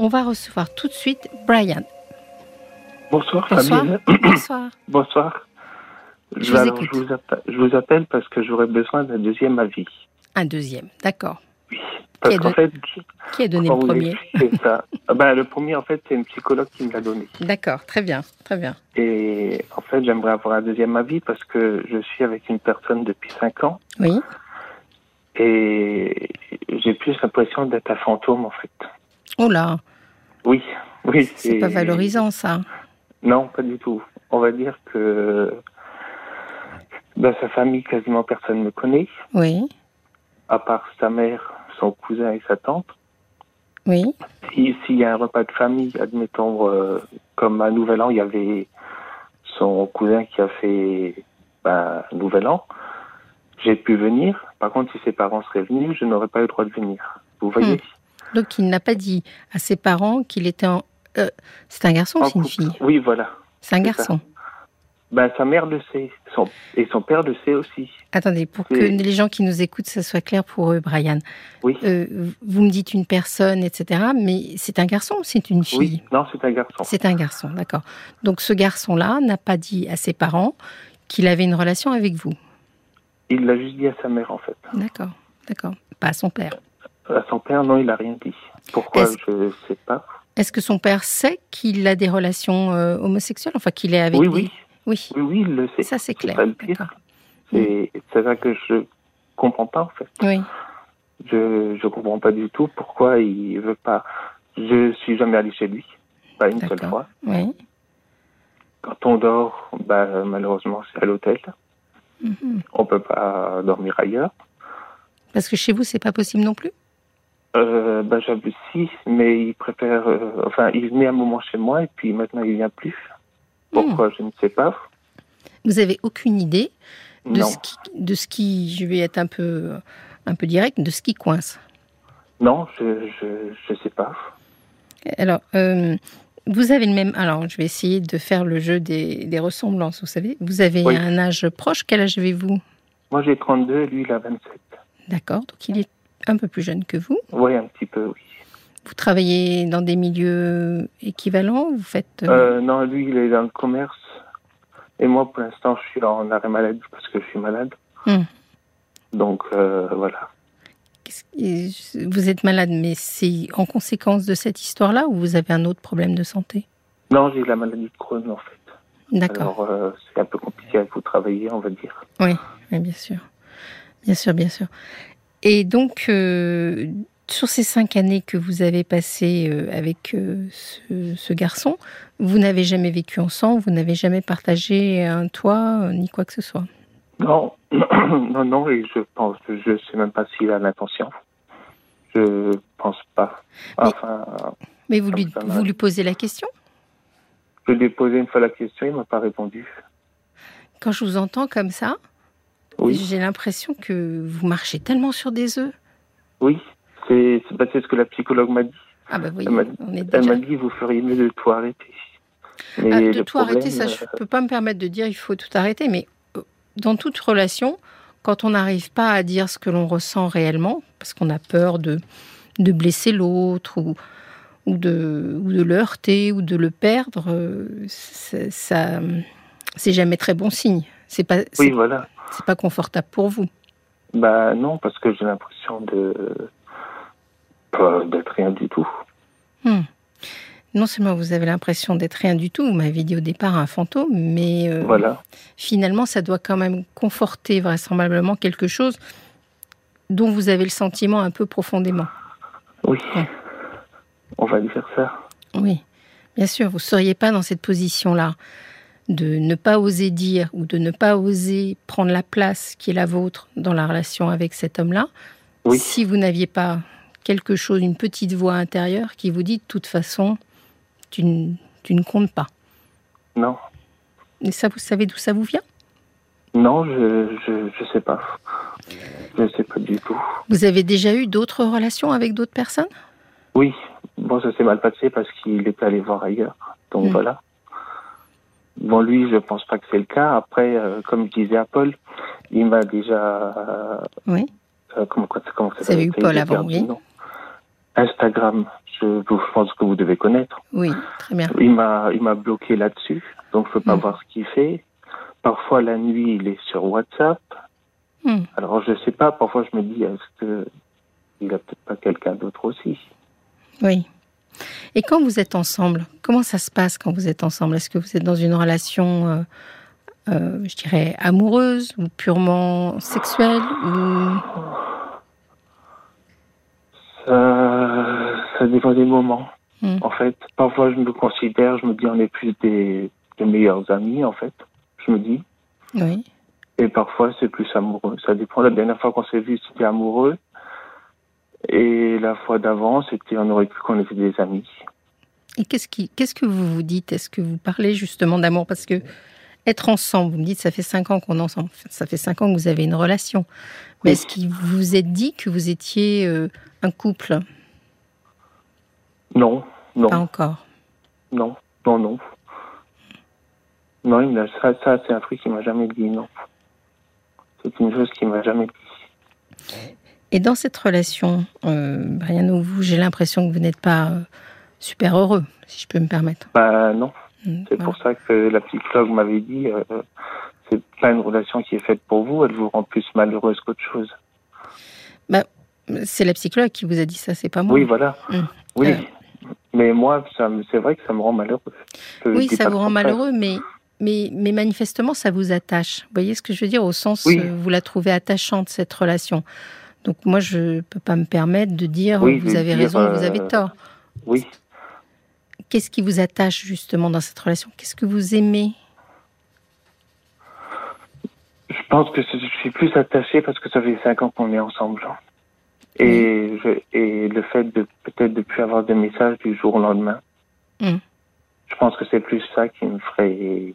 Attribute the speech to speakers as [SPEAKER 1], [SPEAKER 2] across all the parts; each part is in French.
[SPEAKER 1] On va recevoir tout de suite Brian.
[SPEAKER 2] Bonsoir,
[SPEAKER 1] Bonsoir.
[SPEAKER 2] Fabienne.
[SPEAKER 1] Bonsoir.
[SPEAKER 2] Bonsoir.
[SPEAKER 1] Je
[SPEAKER 2] vais-
[SPEAKER 1] vous
[SPEAKER 2] alors,
[SPEAKER 1] écoute.
[SPEAKER 2] je, vous appe- je vous appelle parce que j'aurais besoin d'un deuxième avis.
[SPEAKER 1] Un deuxième, d'accord.
[SPEAKER 2] Parce
[SPEAKER 1] Quel
[SPEAKER 2] qu'en
[SPEAKER 1] deux-
[SPEAKER 2] fait,
[SPEAKER 1] Qui a donné
[SPEAKER 2] quand
[SPEAKER 1] ben, le
[SPEAKER 2] vous
[SPEAKER 1] premier
[SPEAKER 2] m'expliquez ça, Ah ben, le premier, en fait, c'est une psychologue qui me l'a donné.
[SPEAKER 1] D'accord, très bien, très bien.
[SPEAKER 2] Et en fait, j'aimerais avoir un deuxième avis parce que je suis avec une personne depuis cinq ans
[SPEAKER 1] Oui.
[SPEAKER 2] et j'ai plus l'impression d'être un fantôme, en fait.
[SPEAKER 1] Oh là,
[SPEAKER 2] Oui, oui.
[SPEAKER 1] c'est pas valorisant ça.
[SPEAKER 2] Non, pas du tout. On va dire que dans sa famille, quasiment personne ne me connaît.
[SPEAKER 1] Oui,
[SPEAKER 2] à part sa mère, son cousin et sa tante.
[SPEAKER 1] oui,
[SPEAKER 2] Si- S'il y a un repas de famille, admettons, euh, comme à Nouvel An, il y avait son cousin qui a fait ben, Nouvel An, j'ai pu venir. Par contre, si ses parents seraient venus, je n'aurais pas eu le droit de venir. Vous voyez
[SPEAKER 1] Donc il n'a pas dit à ses parents qu'il était en. euh, c'est un garçon ou
[SPEAKER 2] En
[SPEAKER 1] c'est une
[SPEAKER 2] couple.
[SPEAKER 1] fille
[SPEAKER 2] Oui, voilà.
[SPEAKER 1] C'est un
[SPEAKER 2] c'est ça.
[SPEAKER 1] garçon.
[SPEAKER 2] Ben, sa mère le sait, son- et son père le sait aussi.
[SPEAKER 1] Attendez, pour que
[SPEAKER 2] Oui.
[SPEAKER 1] les gens qui nous écoutent, ça soit clair pour eux, Brian.
[SPEAKER 2] Oui.
[SPEAKER 1] Euh, vous me dites une personne, etc. Mais c'est un garçon ou c'est une fille
[SPEAKER 2] Oui, non, c'est un garçon.
[SPEAKER 1] C'est un garçon, d'accord. Donc ce garçon-là n'a pas dit à ses parents qu'il avait une relation avec vous.
[SPEAKER 2] Il l'a juste dit à sa mère, en fait.
[SPEAKER 1] D'accord, d'accord. Pas à son père.
[SPEAKER 2] À son père, non, il n'a rien dit. Pourquoi
[SPEAKER 1] Est-ce-
[SPEAKER 2] Je ne sais pas.
[SPEAKER 1] Est-ce que son père sait qu'il a des relations euh, homosexuelles Enfin, qu'il est avec
[SPEAKER 2] Oui,
[SPEAKER 1] des-
[SPEAKER 2] oui,
[SPEAKER 1] Oui,
[SPEAKER 2] oui, oui, il le sait.
[SPEAKER 1] ça c'est clair.
[SPEAKER 2] pas le pire.
[SPEAKER 1] D'accord.
[SPEAKER 2] C'est c'est ça que je comprends pas en fait.
[SPEAKER 1] Oui,
[SPEAKER 2] Je je comprends pas du tout pourquoi il veut pas. Je suis jamais allé chez lui, pas une seule
[SPEAKER 1] D'accord.
[SPEAKER 2] fois.
[SPEAKER 1] oui.
[SPEAKER 2] Quand on dort, bah, malheureusement c'est à l'hôtel.
[SPEAKER 1] Mhm.
[SPEAKER 2] On peut pas dormir ailleurs.
[SPEAKER 1] Parce que chez vous, c'est pas possible non plus
[SPEAKER 2] Euh, bah, j'avoue si, mais il préfère. euh, enfin, il venait un moment chez moi et puis maintenant il vient plus.
[SPEAKER 1] Hmm.
[SPEAKER 2] Pourquoi je ne sais pas.
[SPEAKER 1] Vous avez aucune idée de
[SPEAKER 2] Non,
[SPEAKER 1] ce, qui, de ce qui, je vais être un peu, un peu direct, de ce qui coince.
[SPEAKER 2] non, je je je sais pas.
[SPEAKER 1] Alors, euh, vous avez le même. Alors, je vais essayer de faire le jeu des, des ressemblances, vous savez. Vous avez
[SPEAKER 2] Oui.
[SPEAKER 1] un âge proche, quel âge avez-vous
[SPEAKER 2] Moi j'ai 32, lui il a 27.
[SPEAKER 1] D'accord, donc il est un peu plus jeune que vous.
[SPEAKER 2] Oui, un petit peu, oui.
[SPEAKER 1] Vous travaillez dans des milieux équivalents Vous faites. euh,
[SPEAKER 2] Euh, non, lui, il est dans le commerce. Et moi, pour l'instant, je suis en arrêt maladie parce que je suis malade.
[SPEAKER 1] Hmm.
[SPEAKER 2] Donc, euh, voilà.
[SPEAKER 1] qu'est-ce qui- vous êtes malade, mais c'est en conséquence de cette histoire-là ou vous avez un autre problème de santé
[SPEAKER 2] Non, j'ai la maladie de Crohn, en fait.
[SPEAKER 1] D'accord.
[SPEAKER 2] Alors, euh, c'est un peu compliqué à vous travailler, on va dire.
[SPEAKER 1] Oui, bien sûr. Bien sûr, bien sûr. Et donc, euh, sur ces cinq années que vous avez passées euh, avec euh, ce, ce garçon, vous n'avez jamais vécu ensemble, vous n'avez jamais partagé un toit, euh, ni quoi que ce soit.
[SPEAKER 2] Non, non, non, et je pense, je sais même pas s'il a l'intention. Je pense pas. Enfin,
[SPEAKER 1] Mais vous
[SPEAKER 2] Ah,
[SPEAKER 1] lui,
[SPEAKER 2] ça m'a-
[SPEAKER 1] vous lui posez la question
[SPEAKER 2] je lui ai posé une fois la question, il m'a pas répondu.
[SPEAKER 1] Quand je vous entends comme ça,
[SPEAKER 2] Oui,
[SPEAKER 1] j'ai l'impression que vous marchez tellement sur des œufs.
[SPEAKER 2] oui. C'est c'est- bah, c'est ce que la psychologue m'a dit.
[SPEAKER 1] Ah bah oui,
[SPEAKER 2] Elle m'a-
[SPEAKER 1] on est
[SPEAKER 2] Elle
[SPEAKER 1] déjà...
[SPEAKER 2] m'a dit, vous feriez mieux de tout arrêter. Mais
[SPEAKER 1] Ah, de
[SPEAKER 2] le
[SPEAKER 1] tout arrêter,
[SPEAKER 2] problème, euh,
[SPEAKER 1] ça, je ne peux pas me permettre de dire il faut tout arrêter, mais euh, dans toute relation, quand on n'arrive pas à dire ce que l'on ressent réellement, parce qu'on a peur de, de blesser l'autre ou, ou, de, ou de le heurter ou de le perdre, euh, c'est- ça, c'est jamais très bon signe. C'est pas, c'est,
[SPEAKER 2] Oui, voilà.
[SPEAKER 1] c'est pas confortable pour vous.
[SPEAKER 2] Bah non, parce que j'ai l'impression de pas d'être rien du tout.
[SPEAKER 1] Non seulement vous avez l'impression d'être rien du tout, vous m'avez dit au départ un fantôme, mais euh,
[SPEAKER 2] Voilà.
[SPEAKER 1] finalement, ça doit quand même conforter vraisemblablement quelque chose dont vous avez le sentiment un peu profondément.
[SPEAKER 2] Oui.
[SPEAKER 1] Ouais.
[SPEAKER 2] On va lui faire ça.
[SPEAKER 1] Oui, bien sûr, vous ne seriez pas dans cette position-là de ne pas oser dire ou de ne pas oser prendre la place qui est la vôtre dans la relation avec cet homme-là
[SPEAKER 2] Oui.
[SPEAKER 1] si vous n'aviez pas quelque chose, une petite voix intérieure qui vous dit de toute façon, tu, ne- tu ne comptes pas.
[SPEAKER 2] Non.
[SPEAKER 1] Et ça, vous savez d'où ça vous vient
[SPEAKER 2] Non, je, je je sais pas. Je sais pas du tout.
[SPEAKER 1] Vous avez déjà eu d'autres relations avec d'autres personnes
[SPEAKER 2] Oui. Bon, ça s'est mal passé parce qu'il était allé voir ailleurs. Donc
[SPEAKER 1] Mm.
[SPEAKER 2] voilà. Bon, lui, je pense pas que c'est le cas. Après, euh, comme je disais à Paul, il m'a déjà. euh,
[SPEAKER 1] Oui.
[SPEAKER 2] euh, comment, comment ça
[SPEAKER 1] Vous avez eu
[SPEAKER 2] s'appelle
[SPEAKER 1] Paul
[SPEAKER 2] Il a
[SPEAKER 1] avant,
[SPEAKER 2] perdu,
[SPEAKER 1] oui.
[SPEAKER 2] non Instagram, je, je pense que vous devez connaître.
[SPEAKER 1] Oui, très bien.
[SPEAKER 2] Il m'a, il m'a bloqué là-dessus, donc je peux pas
[SPEAKER 1] Mm.
[SPEAKER 2] voir ce qu'il fait. Parfois la nuit, il est sur WhatsApp.
[SPEAKER 1] Hmm.
[SPEAKER 2] Alors je sais pas. Parfois je me dis, est-ce que il a peut-être pas quelqu'un d'autre aussi
[SPEAKER 1] Oui. Et quand vous êtes ensemble, comment ça se passe quand vous êtes ensemble Est-ce que vous êtes dans une relation, euh, euh, je dirais, amoureuse ou purement sexuelle ou...
[SPEAKER 2] ça, Euh, ça dépend des moments.
[SPEAKER 1] Mm.
[SPEAKER 2] En fait, parfois je me considère, je me dis, on est plus des, des meilleurs amis. En fait, je me dis.
[SPEAKER 1] Oui.
[SPEAKER 2] Et parfois, c'est plus amoureux. Ça dépend. La dernière fois qu'on s'est vu, c'était amoureux. Et la fois d'avant, c'était, on aurait pu qu'on était des amis.
[SPEAKER 1] Et qu'est-ce, qui, qu'est-ce que vous vous dites Est-ce que vous parlez justement d'amour Parce que être ensemble, vous me dites, ça fait cinq ans qu'on est ensemble, ça fait cinq ans que vous avez une relation. Mais
[SPEAKER 2] Oui.
[SPEAKER 1] est-ce qu'il vous est dit que vous étiez euh, un couple
[SPEAKER 2] Non, non,
[SPEAKER 1] Pas encore.
[SPEAKER 2] non, non, non. Non, il me l'a- ça, ça c'est un truc qu'il m'a jamais dit, non. C'est une chose qu'il m'a jamais dit.
[SPEAKER 1] Et dans cette relation, euh, Brian, vous, j'ai l'impression que vous n'êtes pas euh, super heureux, si je peux me permettre.
[SPEAKER 2] Bah non,
[SPEAKER 1] Mm,
[SPEAKER 2] c'est
[SPEAKER 1] voilà.
[SPEAKER 2] pour ça que la psychologue m'avait dit, euh, c'est pas une relation qui est faite pour vous, elle vous rend plus malheureuse qu'autre chose.
[SPEAKER 1] C'est la psychologue qui vous a dit ça, c'est pas moi.
[SPEAKER 2] Oui, voilà.
[SPEAKER 1] Mm.
[SPEAKER 2] Oui.
[SPEAKER 1] Euh.
[SPEAKER 2] Mais moi, ça me- c'est vrai que ça me rend malheureux. Je
[SPEAKER 1] Oui,
[SPEAKER 2] dis
[SPEAKER 1] ça
[SPEAKER 2] pas
[SPEAKER 1] vous
[SPEAKER 2] le
[SPEAKER 1] rend
[SPEAKER 2] contraire.
[SPEAKER 1] malheureux, mais, mais, mais manifestement, ça vous attache. Vous voyez ce que je veux dire Au sens,
[SPEAKER 2] Oui.
[SPEAKER 1] euh, vous la trouvez attachante, cette relation. Donc moi, je ne peux pas me permettre de dire
[SPEAKER 2] Oui,
[SPEAKER 1] vous
[SPEAKER 2] de
[SPEAKER 1] avez
[SPEAKER 2] dire,
[SPEAKER 1] raison, vous
[SPEAKER 2] euh,
[SPEAKER 1] avez tort.
[SPEAKER 2] Oui.
[SPEAKER 1] Qu'est-ce qui vous attache justement dans cette relation Qu'est-ce que vous aimez
[SPEAKER 2] Je pense que je suis plus attaché parce que ça fait cinq ans qu'on est ensemble. Et,
[SPEAKER 1] Mm.
[SPEAKER 2] je, et le fait de peut-être de plus avoir de messages du jour au lendemain,
[SPEAKER 1] Mm.
[SPEAKER 2] je pense que c'est plus ça qui me ferait,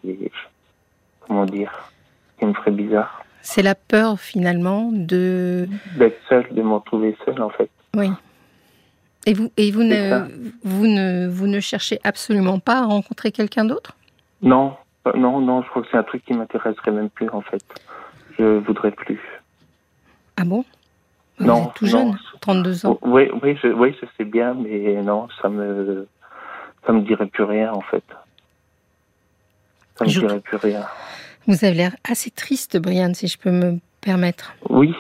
[SPEAKER 2] comment dire, qui me ferait bizarre.
[SPEAKER 1] C'est la peur finalement de...
[SPEAKER 2] D'être seul, de m'en trouver seul en fait.
[SPEAKER 1] Oui. Et vous, et vous,
[SPEAKER 2] C'est
[SPEAKER 1] ne,
[SPEAKER 2] ça.
[SPEAKER 1] vous, ne, vous ne cherchez absolument pas à rencontrer quelqu'un d'autre
[SPEAKER 2] Non, euh, non, non, je crois que c'est un truc qui m'intéresserait même plus en fait. Je voudrais plus.
[SPEAKER 1] Ah bon Vous
[SPEAKER 2] Non,
[SPEAKER 1] êtes tout
[SPEAKER 2] non.
[SPEAKER 1] jeune, 32 ans.
[SPEAKER 2] Oh, Oui, oui, je, oui, je sais bien, mais non, ça me, ça me dirait plus rien en fait. Ça me
[SPEAKER 1] Je-
[SPEAKER 2] dirait plus rien.
[SPEAKER 1] Vous avez l'air assez triste, Brian, si je peux me permettre.
[SPEAKER 2] Oui.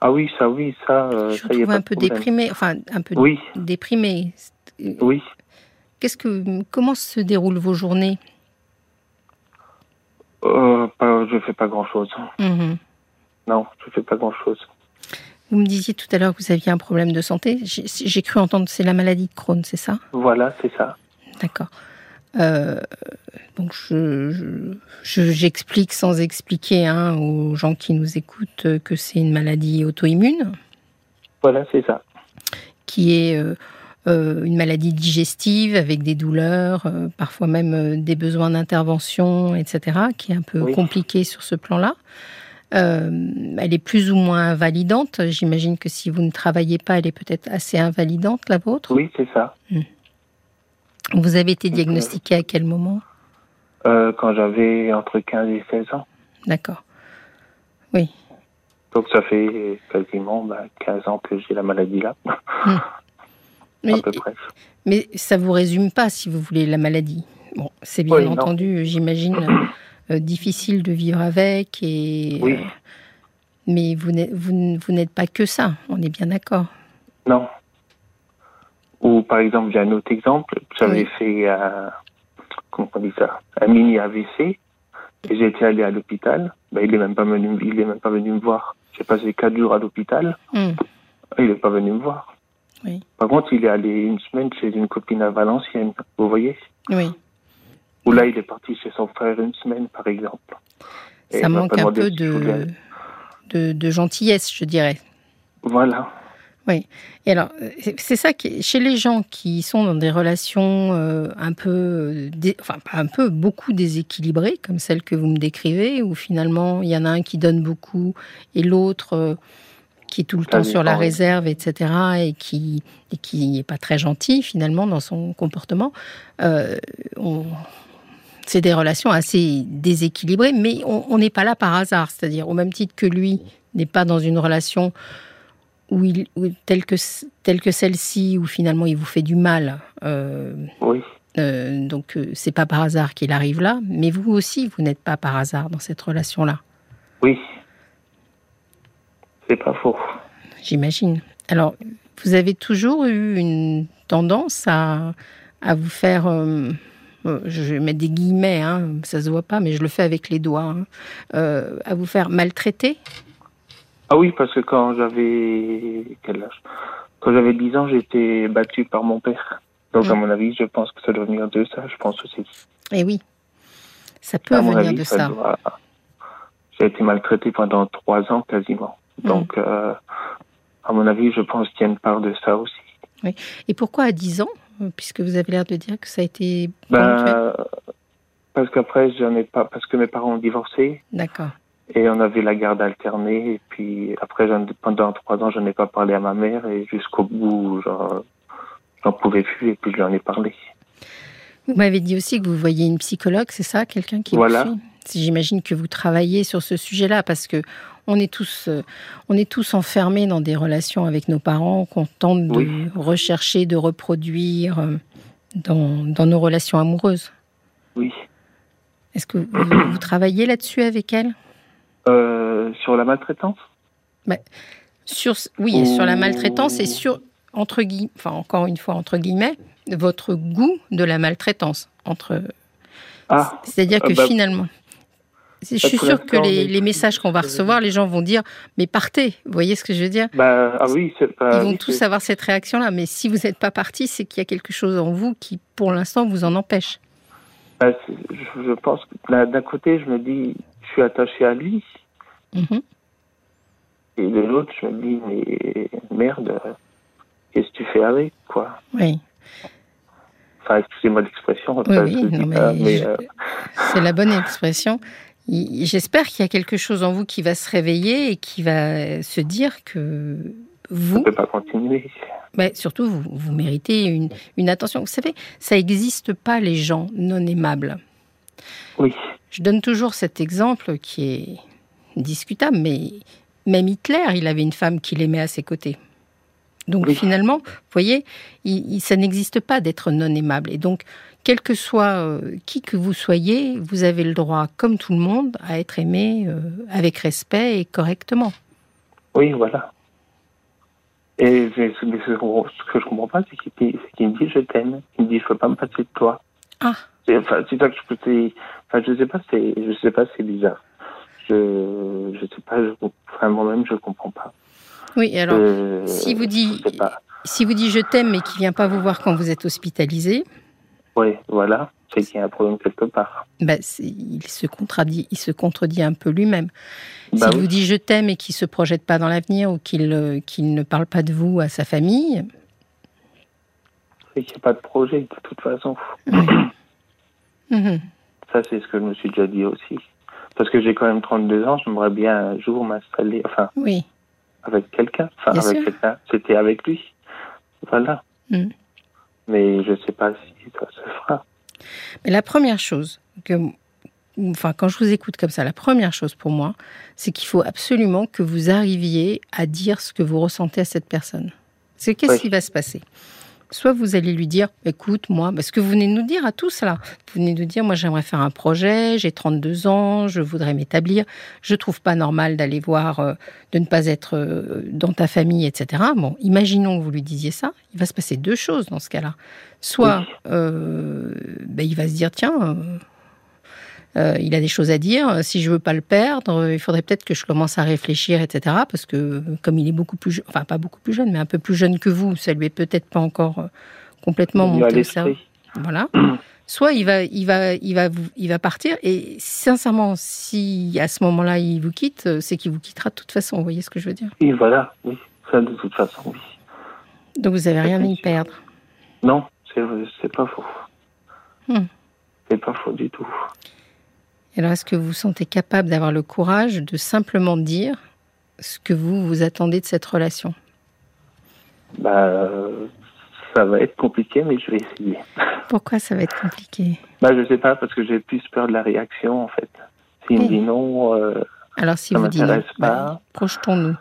[SPEAKER 2] Ah oui, ça, oui, ça. euh,
[SPEAKER 1] je
[SPEAKER 2] ça
[SPEAKER 1] vous
[SPEAKER 2] y a
[SPEAKER 1] trouve
[SPEAKER 2] pas
[SPEAKER 1] un
[SPEAKER 2] de
[SPEAKER 1] peu
[SPEAKER 2] problème.
[SPEAKER 1] déprimé, enfin un peu
[SPEAKER 2] Oui,
[SPEAKER 1] déprimé. C'est-
[SPEAKER 2] oui.
[SPEAKER 1] Qu'est-ce que, comment se déroulent vos journées
[SPEAKER 2] Euh, pas- je fais pas grand chose.
[SPEAKER 1] Mhm.
[SPEAKER 2] Non, je fais pas grand chose.
[SPEAKER 1] Vous me disiez tout à l'heure que vous aviez un problème de santé. J'ai j'ai cru entendre c'est la maladie de Crohn, c'est ça
[SPEAKER 2] Voilà, c'est ça.
[SPEAKER 1] D'accord. Euh, donc je- je- je- j'explique sans expliquer hein, aux gens qui nous écoutent euh, que c'est une maladie auto-immune,
[SPEAKER 2] Voilà, c'est ça.
[SPEAKER 1] qui est euh, euh, une maladie digestive avec des douleurs, euh, parfois même euh, des besoins d'intervention, etc., qui est un peu
[SPEAKER 2] Oui.
[SPEAKER 1] compliquée sur ce plan-là. Euh, elle est plus ou moins invalidante. J'imagine que si vous ne travaillez pas, elle est peut-être assez invalidante, la vôtre.
[SPEAKER 2] Oui, c'est ça.
[SPEAKER 1] Vous avez été
[SPEAKER 2] Mhm.
[SPEAKER 1] diagnostiqué à quel moment
[SPEAKER 2] Euh, quand j'avais entre 15 et 16 ans.
[SPEAKER 1] D'accord.
[SPEAKER 2] Donc ça fait quasiment bah, 15 ans que j'ai la maladie là, à
[SPEAKER 1] Mais-
[SPEAKER 2] peu près.
[SPEAKER 1] Mais ça vous résume pas, si vous voulez, la maladie. Bon, c'est bien
[SPEAKER 2] Oui, non.
[SPEAKER 1] entendu, j'imagine, euh, difficile de vivre avec. Et,
[SPEAKER 2] Oui.
[SPEAKER 1] euh, mais vous n'êtes, vous, n- vous n'êtes pas que ça, on est bien d'accord.
[SPEAKER 2] Non. Ou par exemple, j'ai un autre exemple. J'avais
[SPEAKER 1] Oui.
[SPEAKER 2] fait un, comment on dit ça, un mini AVC. Et j'étais allé à l'hôpital. Ben, il est même pas venu, il est même pas venu me voir. J'ai passé quatre jours à l'hôpital. Ah,
[SPEAKER 1] Hum.
[SPEAKER 2] Il est pas venu me voir.
[SPEAKER 1] Oui.
[SPEAKER 2] Par contre, il est allé une semaine chez une copine à Valenciennes. Vous voyez?
[SPEAKER 1] Oui,
[SPEAKER 2] Ou là, il est parti chez son frère une semaine, par exemple. Et
[SPEAKER 1] ça
[SPEAKER 2] il m'a
[SPEAKER 1] manque
[SPEAKER 2] pas
[SPEAKER 1] un
[SPEAKER 2] demandé
[SPEAKER 1] peu
[SPEAKER 2] si je voulais
[SPEAKER 1] de,
[SPEAKER 2] aller.
[SPEAKER 1] de, de gentillesse, je dirais.
[SPEAKER 2] Voilà.
[SPEAKER 1] Et alors, euh, c'est- c'est ça qui, est- chez les gens qui sont dans des relations euh, un peu, euh, dé- enfin pas un peu, beaucoup déséquilibrées, comme celle que vous me décrivez, où finalement il y en a un qui donne beaucoup et l'autre euh, qui est tout le
[SPEAKER 2] Ça
[SPEAKER 1] temps sur la
[SPEAKER 2] dépend, Ah oui.
[SPEAKER 1] réserve, etc., et qui et qui n'est pas très gentil finalement dans son comportement. euh, on- c'est des relations assez déséquilibrées, mais on on n'est pas là par hasard. C'est-à-dire, au même titre que lui n'est pas dans une relation où il, où- telle que, telle que celle-ci, où finalement il vous fait du mal. euh,
[SPEAKER 2] Oui,
[SPEAKER 1] euh, donc euh, c'est pas par hasard qu'il arrive là, mais vous aussi, vous n'êtes pas par hasard dans cette relation-là,
[SPEAKER 2] oui. C'est pas faux.
[SPEAKER 1] j'imagine. Alors, vous avez toujours eu une tendance à, à vous faire, euh, euh, je vais mettre des guillemets, hein, ça se voit pas, mais je le fais avec les doigts, hein, euh, à vous faire maltraiter.
[SPEAKER 2] Ah oui, parce que quand j'avais quel âge Quand j'avais 10 ans, j'étais battu par mon père. Donc
[SPEAKER 1] Mm.
[SPEAKER 2] à mon avis, je pense que ça doit venir de ça. Je pense aussi.
[SPEAKER 1] Et Eh oui, ça peut
[SPEAKER 2] à mon
[SPEAKER 1] venir
[SPEAKER 2] avis,
[SPEAKER 1] de ça.
[SPEAKER 2] doit- J'ai été maltraité pendant trois ans quasiment.
[SPEAKER 1] Mm.
[SPEAKER 2] Donc euh, à mon avis, je pense qu'il y a une part de ça aussi.
[SPEAKER 1] Et pourquoi à 10 ans euh, Puisque vous avez l'air de dire que ça a été ponctuel.
[SPEAKER 2] Ben, parce qu'après, j'en ai pas, parce que mes parents ont divorcé
[SPEAKER 1] D'accord.
[SPEAKER 2] et on avait la garde alternée. Et puis après, j'en- pendant trois ans, je n'ai pas parlé à ma mère et jusqu'au bout, j'en- j'en pouvais plus et puis je lui en ai parlé.
[SPEAKER 1] Vous m'avez dit aussi que vous voyez une psychologue, c'est ça Quelqu'un qui
[SPEAKER 2] Voilà.
[SPEAKER 1] vous suit Si J'imagine que vous travaillez sur ce sujet-là parce que on est tous, euh, on est tous enfermés dans des relations avec nos parents qu'on tente de
[SPEAKER 2] Oui.
[SPEAKER 1] rechercher, de reproduire euh, dans, dans nos relations amoureuses.
[SPEAKER 2] Oui.
[SPEAKER 1] Est-ce que vous, vous travaillez là-dessus avec elle
[SPEAKER 2] Euh, sur la maltraitance
[SPEAKER 1] Sur, oui, et sur la
[SPEAKER 2] Ou-
[SPEAKER 1] maltraitance et sur, entre guillemets, enfin encore une fois, entre guillemets, votre goût de la maltraitance. Entre,
[SPEAKER 2] Ah,
[SPEAKER 1] C'est-à-dire
[SPEAKER 2] Ah
[SPEAKER 1] que
[SPEAKER 2] bah-
[SPEAKER 1] finalement, je suis
[SPEAKER 2] pour
[SPEAKER 1] sûre que
[SPEAKER 2] l'instant,
[SPEAKER 1] les,
[SPEAKER 2] mais-
[SPEAKER 1] les messages qu'on va recevoir, les gens vont dire Mais partez Vous voyez ce que je veux dire
[SPEAKER 2] bah, ah oui, c'est pas.
[SPEAKER 1] Ils vont
[SPEAKER 2] oui,
[SPEAKER 1] tous
[SPEAKER 2] c'est-
[SPEAKER 1] avoir cette réaction-là. Mais si vous n'êtes pas parti, c'est qu'il y a quelque chose en vous qui, pour l'instant, vous en empêche.
[SPEAKER 2] bah, c'est- je, je pense que bah, d'un d'un côté, je me dis, je suis attaché à lui,
[SPEAKER 1] Mhm.
[SPEAKER 2] et de l'autre, je me dis, mais merde, qu'est-ce que tu fais avec, quoi
[SPEAKER 1] Oui,
[SPEAKER 2] Enfin, excusez-moi l'expression.
[SPEAKER 1] oui,
[SPEAKER 2] ça,
[SPEAKER 1] oui,
[SPEAKER 2] je dis
[SPEAKER 1] non, mais
[SPEAKER 2] pas, mais,
[SPEAKER 1] je-
[SPEAKER 2] euh,
[SPEAKER 1] c'est la bonne expression. Il- J'espère qu'il y a quelque chose en vous qui va se réveiller et qui va se dire que
[SPEAKER 2] on
[SPEAKER 1] vous,
[SPEAKER 2] ne peut pas continuer.
[SPEAKER 1] Mais surtout, vous, vous méritez une, une attention. Vous savez, ça n'existe pas les gens non aimables.
[SPEAKER 2] Oui,
[SPEAKER 1] Je donne toujours cet exemple qui est discutable, mais même Hitler, il avait une femme qu'il aimait à ses côtés. Donc
[SPEAKER 2] Oui.
[SPEAKER 1] finalement, vous voyez, il- il- ça n'existe pas d'être non aimable. Et donc, quel que soit euh, qui que vous soyez, vous avez le droit, comme tout le monde, à être aimé euh, avec respect et correctement.
[SPEAKER 2] oui, voilà. Et je- ce mais ce qu'on- ce que je comprends pas, c'est qu'il c'est qu'il me dit je t'aime. Il me dit je peux pas me passer de toi.
[SPEAKER 1] Ah,
[SPEAKER 2] C'est- Enfin, c'est ça que je peux. c'est- Enfin, je sais pas. C'est, je sais pas. C'est bizarre. Je, je sais pas. Je, comp- enfin, moi-même, je comprends pas.
[SPEAKER 1] oui, et alors,
[SPEAKER 2] Euh,
[SPEAKER 1] si vous dites-
[SPEAKER 2] je sais pas.
[SPEAKER 1] si vous dites je t'aime mais qu'il vient pas vous voir quand vous êtes hospitalisé,
[SPEAKER 2] Oui, voilà. C'est qu'il y a un problème quelque part.
[SPEAKER 1] Ben, c'est- il se contradit, il se contredit un peu lui-même.
[SPEAKER 2] Bah
[SPEAKER 1] S'il
[SPEAKER 2] oui.
[SPEAKER 1] vous dit je t'aime et qu'il se projette pas dans l'avenir ou qu'il euh, qu'il ne parle pas de vous à sa famille,
[SPEAKER 2] C'est qu'il n'y a pas de projet de toute façon.
[SPEAKER 1] mhm,
[SPEAKER 2] Ça, c'est ce que je me suis déjà dit aussi. Parce que j'ai quand même 32 ans, j'aimerais bien un jour m'installer, enfin,
[SPEAKER 1] oui.
[SPEAKER 2] avec quelqu'un. Enfin,
[SPEAKER 1] Bien
[SPEAKER 2] avec
[SPEAKER 1] sûr.
[SPEAKER 2] quelqu'un. C'était avec lui. Voilà.
[SPEAKER 1] Mm.
[SPEAKER 2] Mais je sais pas si ça se fera.
[SPEAKER 1] Mais la première chose que, enfin, quand je vous écoute comme ça, la première chose pour moi, c'est qu'il faut absolument que vous arriviez à dire ce que vous ressentez à cette personne. C'est qu'est-ce
[SPEAKER 2] Oui.
[SPEAKER 1] qui va se passer Soit vous allez lui dire, écoute, moi, parce que vous venez de nous dire à tous là, vous venez de nous dire, moi j'aimerais faire un projet, j'ai 32 ans, je voudrais m'établir, je trouve pas normal d'aller voir, euh, de ne pas être euh, dans ta famille, etc. Bon, imaginons que vous lui disiez ça, il va se passer deux choses dans ce cas-là. Soit
[SPEAKER 2] Oui.
[SPEAKER 1] euh, ben, il va se dire, tiens, euh, euh, il a des choses à dire. Si je veux pas le perdre, euh, il faudrait peut-être que je commence à réfléchir, etc. Parce que euh, comme il est beaucoup plus, je- enfin pas beaucoup plus jeune, mais un peu plus jeune que vous, ça lui est peut-être pas encore euh, complètement
[SPEAKER 2] Il y a
[SPEAKER 1] monté au cerveau.
[SPEAKER 2] l'esprit.
[SPEAKER 1] Voilà. Soit il va, il va, il va, vous- il va partir. Et sincèrement, si à ce moment-là il vous quitte, euh, c'est qu'il vous quittera de toute façon. Vous voyez ce que je veux dire
[SPEAKER 2] Oui, voilà. Oui. Ça, de toute façon, oui.
[SPEAKER 1] Donc vous avez rien à y
[SPEAKER 2] sûr.
[SPEAKER 1] perdre.
[SPEAKER 2] Non, c'est, c'est pas faux.
[SPEAKER 1] Hmm.
[SPEAKER 2] C'est pas faux du tout.
[SPEAKER 1] Et Alors, est-ce que vous vous sentez capable d'avoir le courage de simplement dire ce que vous vous attendez de cette relation
[SPEAKER 2] Bah, euh, ça va être compliqué, mais je vais essayer.
[SPEAKER 1] Pourquoi ça va être compliqué
[SPEAKER 2] Bah, je sais pas, parce que j'ai plus peur de la réaction, en fait. S'il me
[SPEAKER 1] Oui.
[SPEAKER 2] dit non, euh,
[SPEAKER 1] Alors, si
[SPEAKER 2] Ça
[SPEAKER 1] vous dites bah, non,
[SPEAKER 2] m'intéresse pas.
[SPEAKER 1] bah, projetons-nous.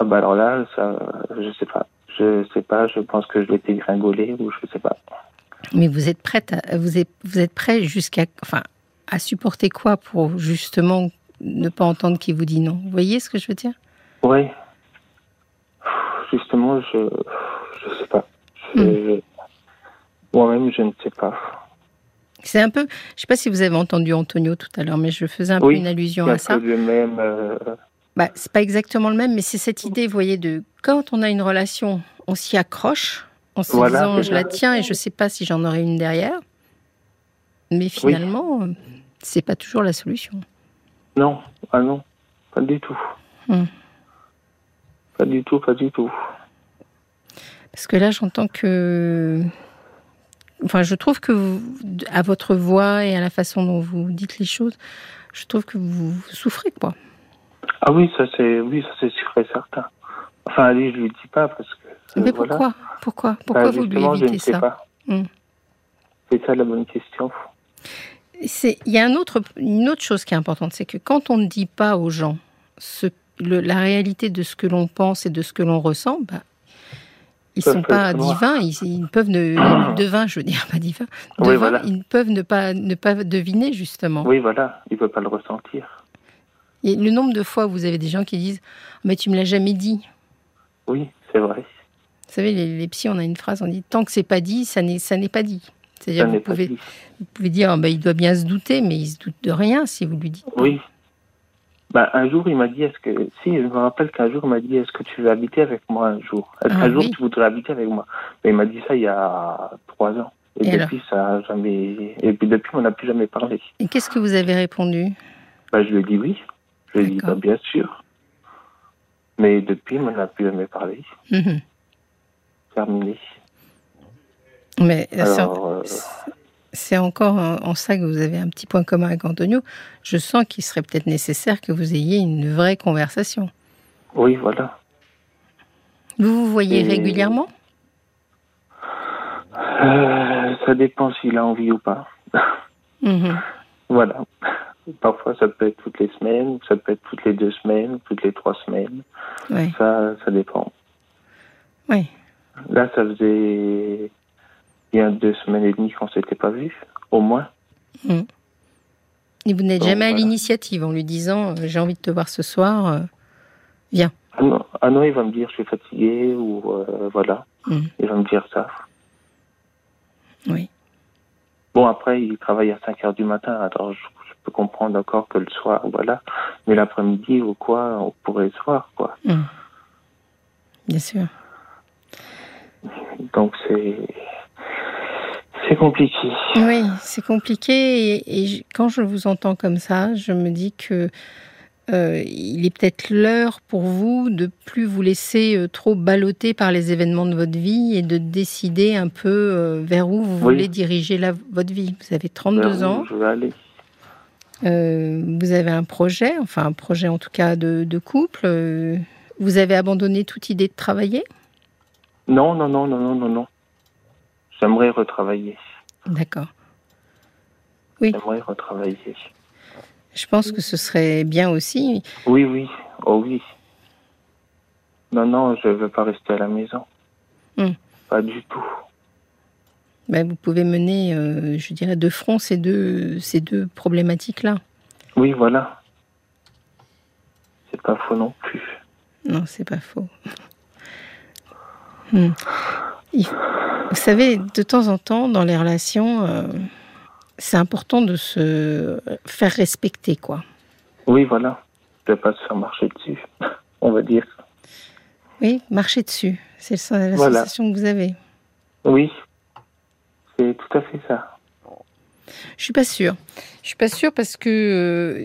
[SPEAKER 2] Ah bah alors là, ça, je sais pas. Je sais pas, je pense que je l'ai dégringolé ou je sais pas.
[SPEAKER 1] Mais vous êtes prête, à- vous êtes, vous êtes prêt jusqu'à, enfin, à supporter quoi pour justement ne pas entendre qui vous dit non Vous voyez ce que je veux dire
[SPEAKER 2] Oui. Justement, je je sais pas. Je-
[SPEAKER 1] Hmm.
[SPEAKER 2] je- Moi-même, je ne sais pas.
[SPEAKER 1] C'est un peu, je ne sais pas si vous avez entendu Antonio tout à l'heure, mais je faisais un
[SPEAKER 2] Oui,
[SPEAKER 1] peu une allusion
[SPEAKER 2] Il y a
[SPEAKER 1] à
[SPEAKER 2] que
[SPEAKER 1] ça.
[SPEAKER 2] le même. euh,
[SPEAKER 1] Bah, c'est pas exactement le même, mais c'est cette idée, vous voyez, de quand on a une relation, on s'y accroche en se
[SPEAKER 2] Voilà,
[SPEAKER 1] disant
[SPEAKER 2] c'est
[SPEAKER 1] je
[SPEAKER 2] ça.
[SPEAKER 1] la tiens et je sais pas si j'en aurai une derrière. Mais finalement, euh, c'est pas toujours la solution.
[SPEAKER 2] Non, ah non, pas du tout.
[SPEAKER 1] Hmm.
[SPEAKER 2] Pas du tout, pas du tout.
[SPEAKER 1] Parce que là, j'entends que. Enfin, je trouve que vous- à votre voix et à la façon dont vous dites les choses, je trouve que vous souffrez, quoi.
[SPEAKER 2] Ah oui, ça c'est oui, ça c'est sûr et certain. Enfin, allez, je lui dis pas parce que. euh,
[SPEAKER 1] Mais
[SPEAKER 2] voilà.
[SPEAKER 1] pourquoi Pourquoi
[SPEAKER 2] Bah,
[SPEAKER 1] Pourquoi vous lui
[SPEAKER 2] justement, je
[SPEAKER 1] évitez
[SPEAKER 2] ne sais
[SPEAKER 1] ça
[SPEAKER 2] pas.
[SPEAKER 1] Hmm.
[SPEAKER 2] C'est ça la bonne question.
[SPEAKER 1] C'est- Il y a un autre, une autre chose qui est importante, c'est que quand on ne dit pas aux gens ce- le- la réalité de ce que l'on pense et de ce que l'on ressent, bah, ils
[SPEAKER 2] Peuvent
[SPEAKER 1] sont
[SPEAKER 2] pas
[SPEAKER 1] pas
[SPEAKER 2] le savoir.
[SPEAKER 1] divins, ils, ils peuvent ne devins, je veux dire pas divins,
[SPEAKER 2] Oui,
[SPEAKER 1] devins,
[SPEAKER 2] voilà.
[SPEAKER 1] ils peuvent ne pas ne pas deviner justement.
[SPEAKER 2] Oui, voilà, il peut pas le ressentir.
[SPEAKER 1] Et le nombre de fois où vous avez des gens qui disent mais tu me l'as jamais dit.
[SPEAKER 2] Oui, c'est vrai.
[SPEAKER 1] Vous savez les, les psys, on a une phrase, on dit tant que c'est pas dit, ça n'est ça n'est pas dit.
[SPEAKER 2] Ça
[SPEAKER 1] C'est-à-dire Eh vous
[SPEAKER 2] n'est pas
[SPEAKER 1] pouvez
[SPEAKER 2] dit.
[SPEAKER 1] vous pouvez dire Ah, bah, il doit bien se douter, mais il se doute de rien si vous lui dites.
[SPEAKER 2] Oui. Bah, un jour, il m'a dit, est-ce que, si, je me rappelle qu'un jour, il m'a dit, est-ce que tu veux habiter avec moi un jour? Est-ce
[SPEAKER 1] Ah
[SPEAKER 2] qu'un jour,
[SPEAKER 1] oui.
[SPEAKER 2] tu voudrais habiter avec moi? Mais il m'a dit ça il y a trois ans. Et,
[SPEAKER 1] Et alors
[SPEAKER 2] depuis, ça a jamais, et puis depuis, on n'a plus jamais parlé.
[SPEAKER 1] Et qu'est-ce que vous avez répondu
[SPEAKER 2] Bah, je lui ai dit oui. Je lui ai dit, bah,
[SPEAKER 1] D'accord.
[SPEAKER 2] bien sûr. Mais depuis, on n'a plus jamais parlé.
[SPEAKER 1] Mhm.
[SPEAKER 2] Terminé.
[SPEAKER 1] Mais c'est-
[SPEAKER 2] Alors, euh,
[SPEAKER 1] c'est encore en en ça que vous avez un petit point commun avec Antonio. Je sens qu'il serait peut-être nécessaire que vous ayez une vraie conversation.
[SPEAKER 2] oui, voilà.
[SPEAKER 1] Vous vous voyez
[SPEAKER 2] Et-
[SPEAKER 1] régulièrement
[SPEAKER 2] Euh, ça dépend s'il a envie ou pas.
[SPEAKER 1] Mhm.
[SPEAKER 2] Voilà. Parfois, ça peut être toutes les semaines, ça peut être toutes les deux semaines, toutes les trois semaines.
[SPEAKER 1] Ouais.
[SPEAKER 2] Ça, ça dépend.
[SPEAKER 1] Ouais.
[SPEAKER 2] Là, ça faisait bien deux semaines et demie qu'on s'était pas vu, au moins.
[SPEAKER 1] Et vous n'êtes
[SPEAKER 2] Bon,
[SPEAKER 1] jamais à
[SPEAKER 2] voilà.
[SPEAKER 1] l'initiative en lui disant euh, j'ai envie de te voir ce soir. euh.
[SPEAKER 2] Ah non, ah non, il va me dire je suis fatigué ou euh, voilà.
[SPEAKER 1] Mhm.
[SPEAKER 2] Il va me dire ça.
[SPEAKER 1] Oui.
[SPEAKER 2] Bon, après, il travaille à 5 heures du matin, alors je, je peux comprendre encore que le soir, voilà. Mais l'après-midi ou quoi, on pourrait se voir, quoi.
[SPEAKER 1] Mhm. Bien sûr.
[SPEAKER 2] Donc, c'est. C'est compliqué.
[SPEAKER 1] Oui, c'est compliqué. Et, et je- quand je vous entends comme ça, je me dis que euh, il est peut-être l'heure pour vous de plus vous laisser euh, trop balloter par les événements de votre vie et de décider un peu euh, vers où vous
[SPEAKER 2] Oui.
[SPEAKER 1] voulez diriger la, votre vie. Vous avez
[SPEAKER 2] Vers
[SPEAKER 1] 32
[SPEAKER 2] où
[SPEAKER 1] ans.
[SPEAKER 2] Je vais aller.
[SPEAKER 1] Euh, vous avez un projet, enfin un projet en tout cas de, de couple. euh, vous avez abandonné toute idée de travailler.
[SPEAKER 2] Non, non, non, non, non, non, non. J'aimerais retravailler.
[SPEAKER 1] D'accord.
[SPEAKER 2] J'aimerais retravailler.
[SPEAKER 1] Je pense que ce serait bien aussi.
[SPEAKER 2] Oui, oui, oh oui. Non, non, je veux pas rester à la maison.
[SPEAKER 1] Hmm.
[SPEAKER 2] Pas du tout.
[SPEAKER 1] Ben, vous pouvez mener, euh, je dirais, de front ces deux, ces deux problématiques-là.
[SPEAKER 2] Oui, voilà. C'est pas faux non plus.
[SPEAKER 1] Non, c'est pas faux. Hmm. Il- Vous savez, de temps en temps, dans les relations, euh, c'est important de se faire respecter, quoi.
[SPEAKER 2] Oui, voilà. Je vais pas se faire marcher dessus, on va dire.
[SPEAKER 1] Oui, marcher dessus. C'est le sen- la
[SPEAKER 2] Voilà.
[SPEAKER 1] sensation que vous avez.
[SPEAKER 2] Oui, c'est tout à fait ça.
[SPEAKER 1] Je suis pas sûre. Je suis pas sûre parce que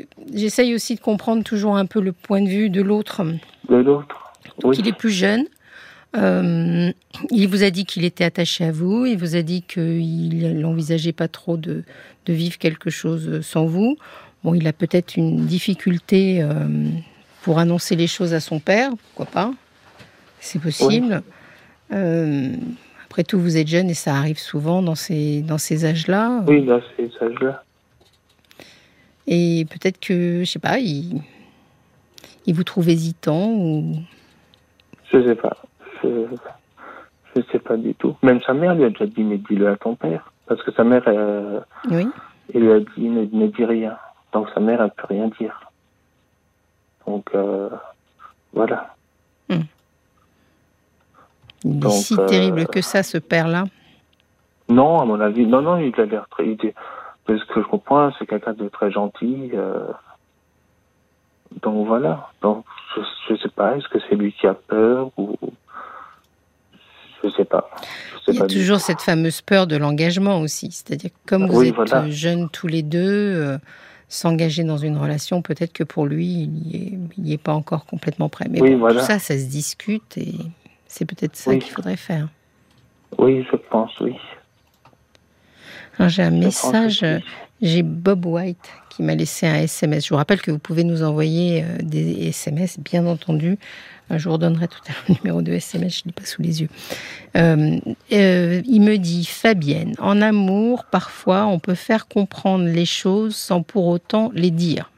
[SPEAKER 1] euh, j'essaye aussi de comprendre toujours un peu le point de vue de l'autre.
[SPEAKER 2] De l'autre, oui,
[SPEAKER 1] qu'il est plus jeune. Euh, il vous a dit qu'il était attaché à vous, il vous a dit qu'il n'envisageait pas trop de, de vivre quelque chose sans vous. Bon, il a peut-être une difficulté euh, pour annoncer les choses à son père, pourquoi pas, c'est possible. Euh, après tout, vous êtes jeune et ça arrive souvent dans ces, dans ces âges-là.
[SPEAKER 2] oui, là, c'est ça, je là.
[SPEAKER 1] Et peut-être que, je sais pas, il, il vous trouve hésitant ou
[SPEAKER 2] Je sais pas. Je, je sais pas du tout. Même sa mère lui a déjà dit, mais dis-le à ton père. Parce que sa mère, euh,
[SPEAKER 1] Oui.
[SPEAKER 2] il lui a dit, ne, ne dis rien. Donc sa mère, elle peut rien dire. Donc, euh, voilà.
[SPEAKER 1] Il
[SPEAKER 2] Donc,
[SPEAKER 1] est si
[SPEAKER 2] euh,
[SPEAKER 1] terrible que ça, ce père-là.
[SPEAKER 2] Non, à mon avis, non, non, il a l'air très. il était- de ce que je comprends, c'est quelqu'un de très gentil. euh, Donc voilà. Donc je, je sais pas, est-ce que c'est lui qui a peur ou. Je sais pas. Je
[SPEAKER 1] Il
[SPEAKER 2] sais
[SPEAKER 1] y a
[SPEAKER 2] pas du
[SPEAKER 1] toujours
[SPEAKER 2] tout.
[SPEAKER 1] cette fameuse peur de l'engagement aussi. C'est-à-dire que comme vous
[SPEAKER 2] Oui,
[SPEAKER 1] êtes
[SPEAKER 2] voilà.
[SPEAKER 1] euh, jeunes tous les deux, euh, s'engager dans une relation, peut-être que pour lui, il n'y est, il y est pas encore complètement prêt. Mais
[SPEAKER 2] Oui,
[SPEAKER 1] bon,
[SPEAKER 2] voilà.
[SPEAKER 1] tout ça, ça se discute et c'est peut-être ça
[SPEAKER 2] Oui.
[SPEAKER 1] qu'il faudrait faire.
[SPEAKER 2] Oui, je pense, oui.
[SPEAKER 1] Alors, Hein, J'ai un
[SPEAKER 2] Je pense
[SPEAKER 1] message, euh,
[SPEAKER 2] aussi.
[SPEAKER 1] j'ai Bob White qui m'a laissé un SMS. Je vous rappelle que vous pouvez nous envoyer euh, des SMS, bien entendu. Euh, Je vous redonnerai tout à l'heure le numéro de SMS, je ne l'ai pas sous les yeux. Euh, euh, il me dit, Fabienne, en amour, parfois, on peut faire comprendre les choses sans pour autant les dire.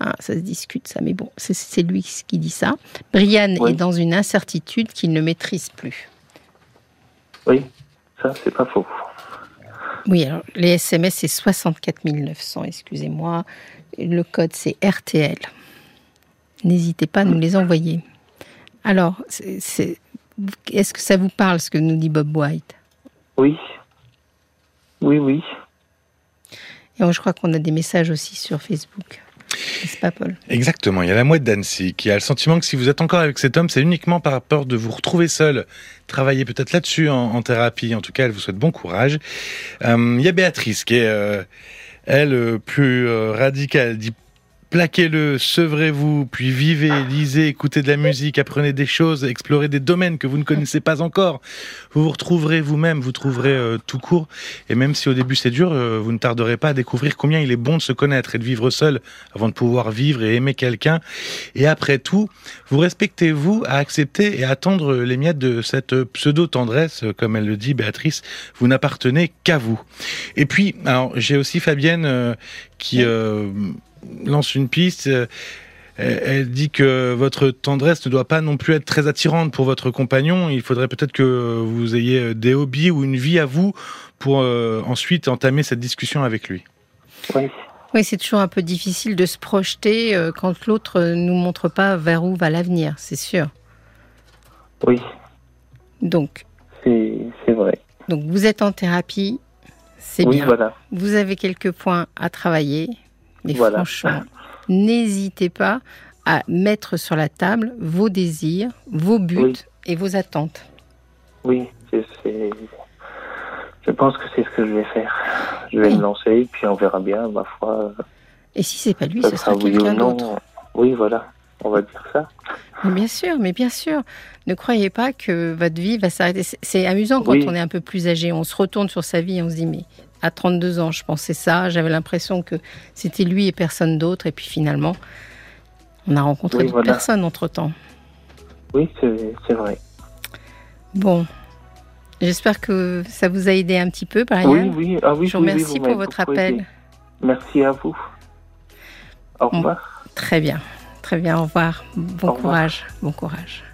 [SPEAKER 1] Ah, ça se discute, ça, mais bon, c'est- c'est lui qui dit ça. Brian
[SPEAKER 2] Oui.
[SPEAKER 1] est dans une incertitude qu'il ne maîtrise plus.
[SPEAKER 2] Oui, ça, c'est pas faux.
[SPEAKER 1] Oui, alors les SMS, c'est 64 900, excusez-moi. Le code, c'est RTL. N'hésitez pas à nous les envoyer. Alors, c'est- c'est- est-ce que ça vous parle ce que nous dit Bob White
[SPEAKER 2] Oui. Oui, oui.
[SPEAKER 1] Et on- je crois qu'on a des messages aussi sur Facebook. N'est-ce pas, Paul
[SPEAKER 3] Exactement, il y a la mouette d'Annecy qui a le sentiment que si vous êtes encore avec cet homme, c'est uniquement par peur de vous retrouver seul. Travaillez peut-être là-dessus en, en thérapie, en tout cas, elle vous souhaite bon courage. Euh, il y a Béatrice qui est, euh, elle, euh, plus euh, radicale, Elle dit plaquez-le, sevrez-vous, puis vivez, lisez, écoutez de la musique, apprenez des choses, explorez des domaines que vous ne connaissez pas encore. Vous vous retrouverez vous-même, vous trouverez euh, tout court, et même si au début c'est dur, euh, vous ne tarderez pas à découvrir combien il est bon de se connaître et de vivre seul avant de pouvoir vivre et aimer quelqu'un. Et après tout, vous respectez-vous à accepter et à attendre les miettes de cette pseudo-tendresse, comme elle le dit Béatrice, vous n'appartenez qu'à vous. Et puis, alors, j'ai aussi Fabienne euh, qui euh, lance une piste. euh, elle elle dit que votre tendresse ne doit pas non plus être très attirante pour votre compagnon. Il faudrait peut-être que vous ayez des hobbies ou une vie à vous pour euh, ensuite entamer cette discussion avec lui.
[SPEAKER 2] Oui.
[SPEAKER 1] Oui, c'est toujours un peu difficile de se projeter euh, quand l'autre ne nous montre pas vers où va l'avenir, c'est sûr.
[SPEAKER 2] Oui.
[SPEAKER 1] Donc,
[SPEAKER 2] C'est c'est vrai.
[SPEAKER 1] donc, vous êtes en thérapie, c'est
[SPEAKER 2] Oui,
[SPEAKER 1] bien.
[SPEAKER 2] voilà.
[SPEAKER 1] Vous avez quelques points à travailler, mais
[SPEAKER 2] Voilà.
[SPEAKER 1] franchement, n'hésitez pas à mettre sur la table vos désirs, vos buts
[SPEAKER 2] Oui.
[SPEAKER 1] et vos attentes.
[SPEAKER 2] Oui, c'est. c'est- Je pense que c'est ce que je vais faire. Je vais
[SPEAKER 1] Oui.
[SPEAKER 2] me lancer, puis on verra bien, ma foi.
[SPEAKER 1] Et si c'est pas lui,
[SPEAKER 2] ça
[SPEAKER 1] ce sera
[SPEAKER 2] oui ou
[SPEAKER 1] quelqu'un
[SPEAKER 2] non.
[SPEAKER 1] d'autre.
[SPEAKER 2] Oui, voilà. On va dire ça.
[SPEAKER 1] Mais bien sûr, mais bien sûr. Ne croyez pas que votre vie va s'arrêter. C'est- C'est amusant quand
[SPEAKER 2] Oui.
[SPEAKER 1] on est un peu plus âgé, on se retourne sur sa vie et on se dit mais à 32 ans, je pensais ça, j'avais l'impression que c'était lui et personne d'autre et puis finalement on a rencontré
[SPEAKER 2] Oui,
[SPEAKER 1] d'autres
[SPEAKER 2] voilà.
[SPEAKER 1] personnes entre-temps.
[SPEAKER 2] Oui, c'est c'est vrai.
[SPEAKER 1] Bon, j'espère que ça vous a aidé un petit peu, Brian.
[SPEAKER 2] Oui, oui. Ah oui,
[SPEAKER 1] Je vous
[SPEAKER 2] oui, oui,
[SPEAKER 1] remercie
[SPEAKER 2] vous
[SPEAKER 1] pour
[SPEAKER 2] m'avez
[SPEAKER 1] votre
[SPEAKER 2] beaucoup
[SPEAKER 1] appel. Mm.
[SPEAKER 2] aidé. Merci à vous. Au
[SPEAKER 1] Bon.
[SPEAKER 2] revoir.
[SPEAKER 1] Très bien, très bien, au revoir. Bon
[SPEAKER 2] Au revoir.
[SPEAKER 1] courage, bon courage.